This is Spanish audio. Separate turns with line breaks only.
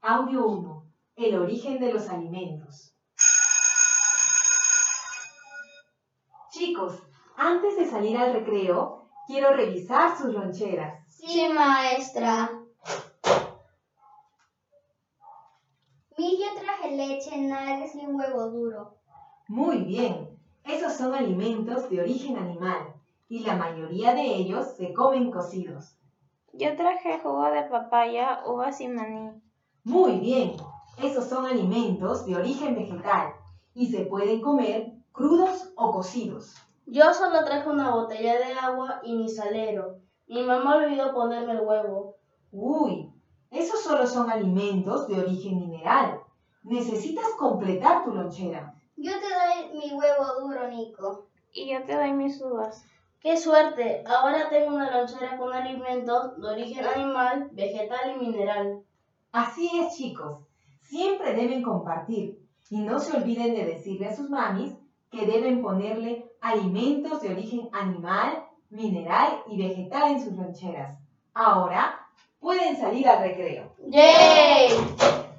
Audio 1. El origen de los alimentos. Chicos, antes de salir al recreo, quiero revisar sus loncheras.
Sí, maestra. Mi yo traje leche, nares y un huevo duro.
Muy bien, esos son alimentos de origen animal y la mayoría de ellos se comen cocidos.
Yo traje jugo de papaya, uvas y maní.
Muy bien, esos son alimentos de origen vegetal y se pueden comer crudos o cocidos.
Yo solo traje una botella de agua y mi salero. Mi mamá olvidó ponerme el huevo.
Uy, esos solo son alimentos de origen mineral. Necesitas completar tu lonchera.
Yo te doy mi huevo duro, Nico.
Y yo te doy mis uvas.
¡Qué suerte! Ahora tengo una lonchera con alimentos de origen animal, vegetal y mineral.
Así es, chicos. Siempre deben compartir y no se olviden de decirle a sus mamis que deben ponerle alimentos de origen animal, mineral y vegetal en sus loncheras. Ahora pueden salir al recreo.
¡Yay!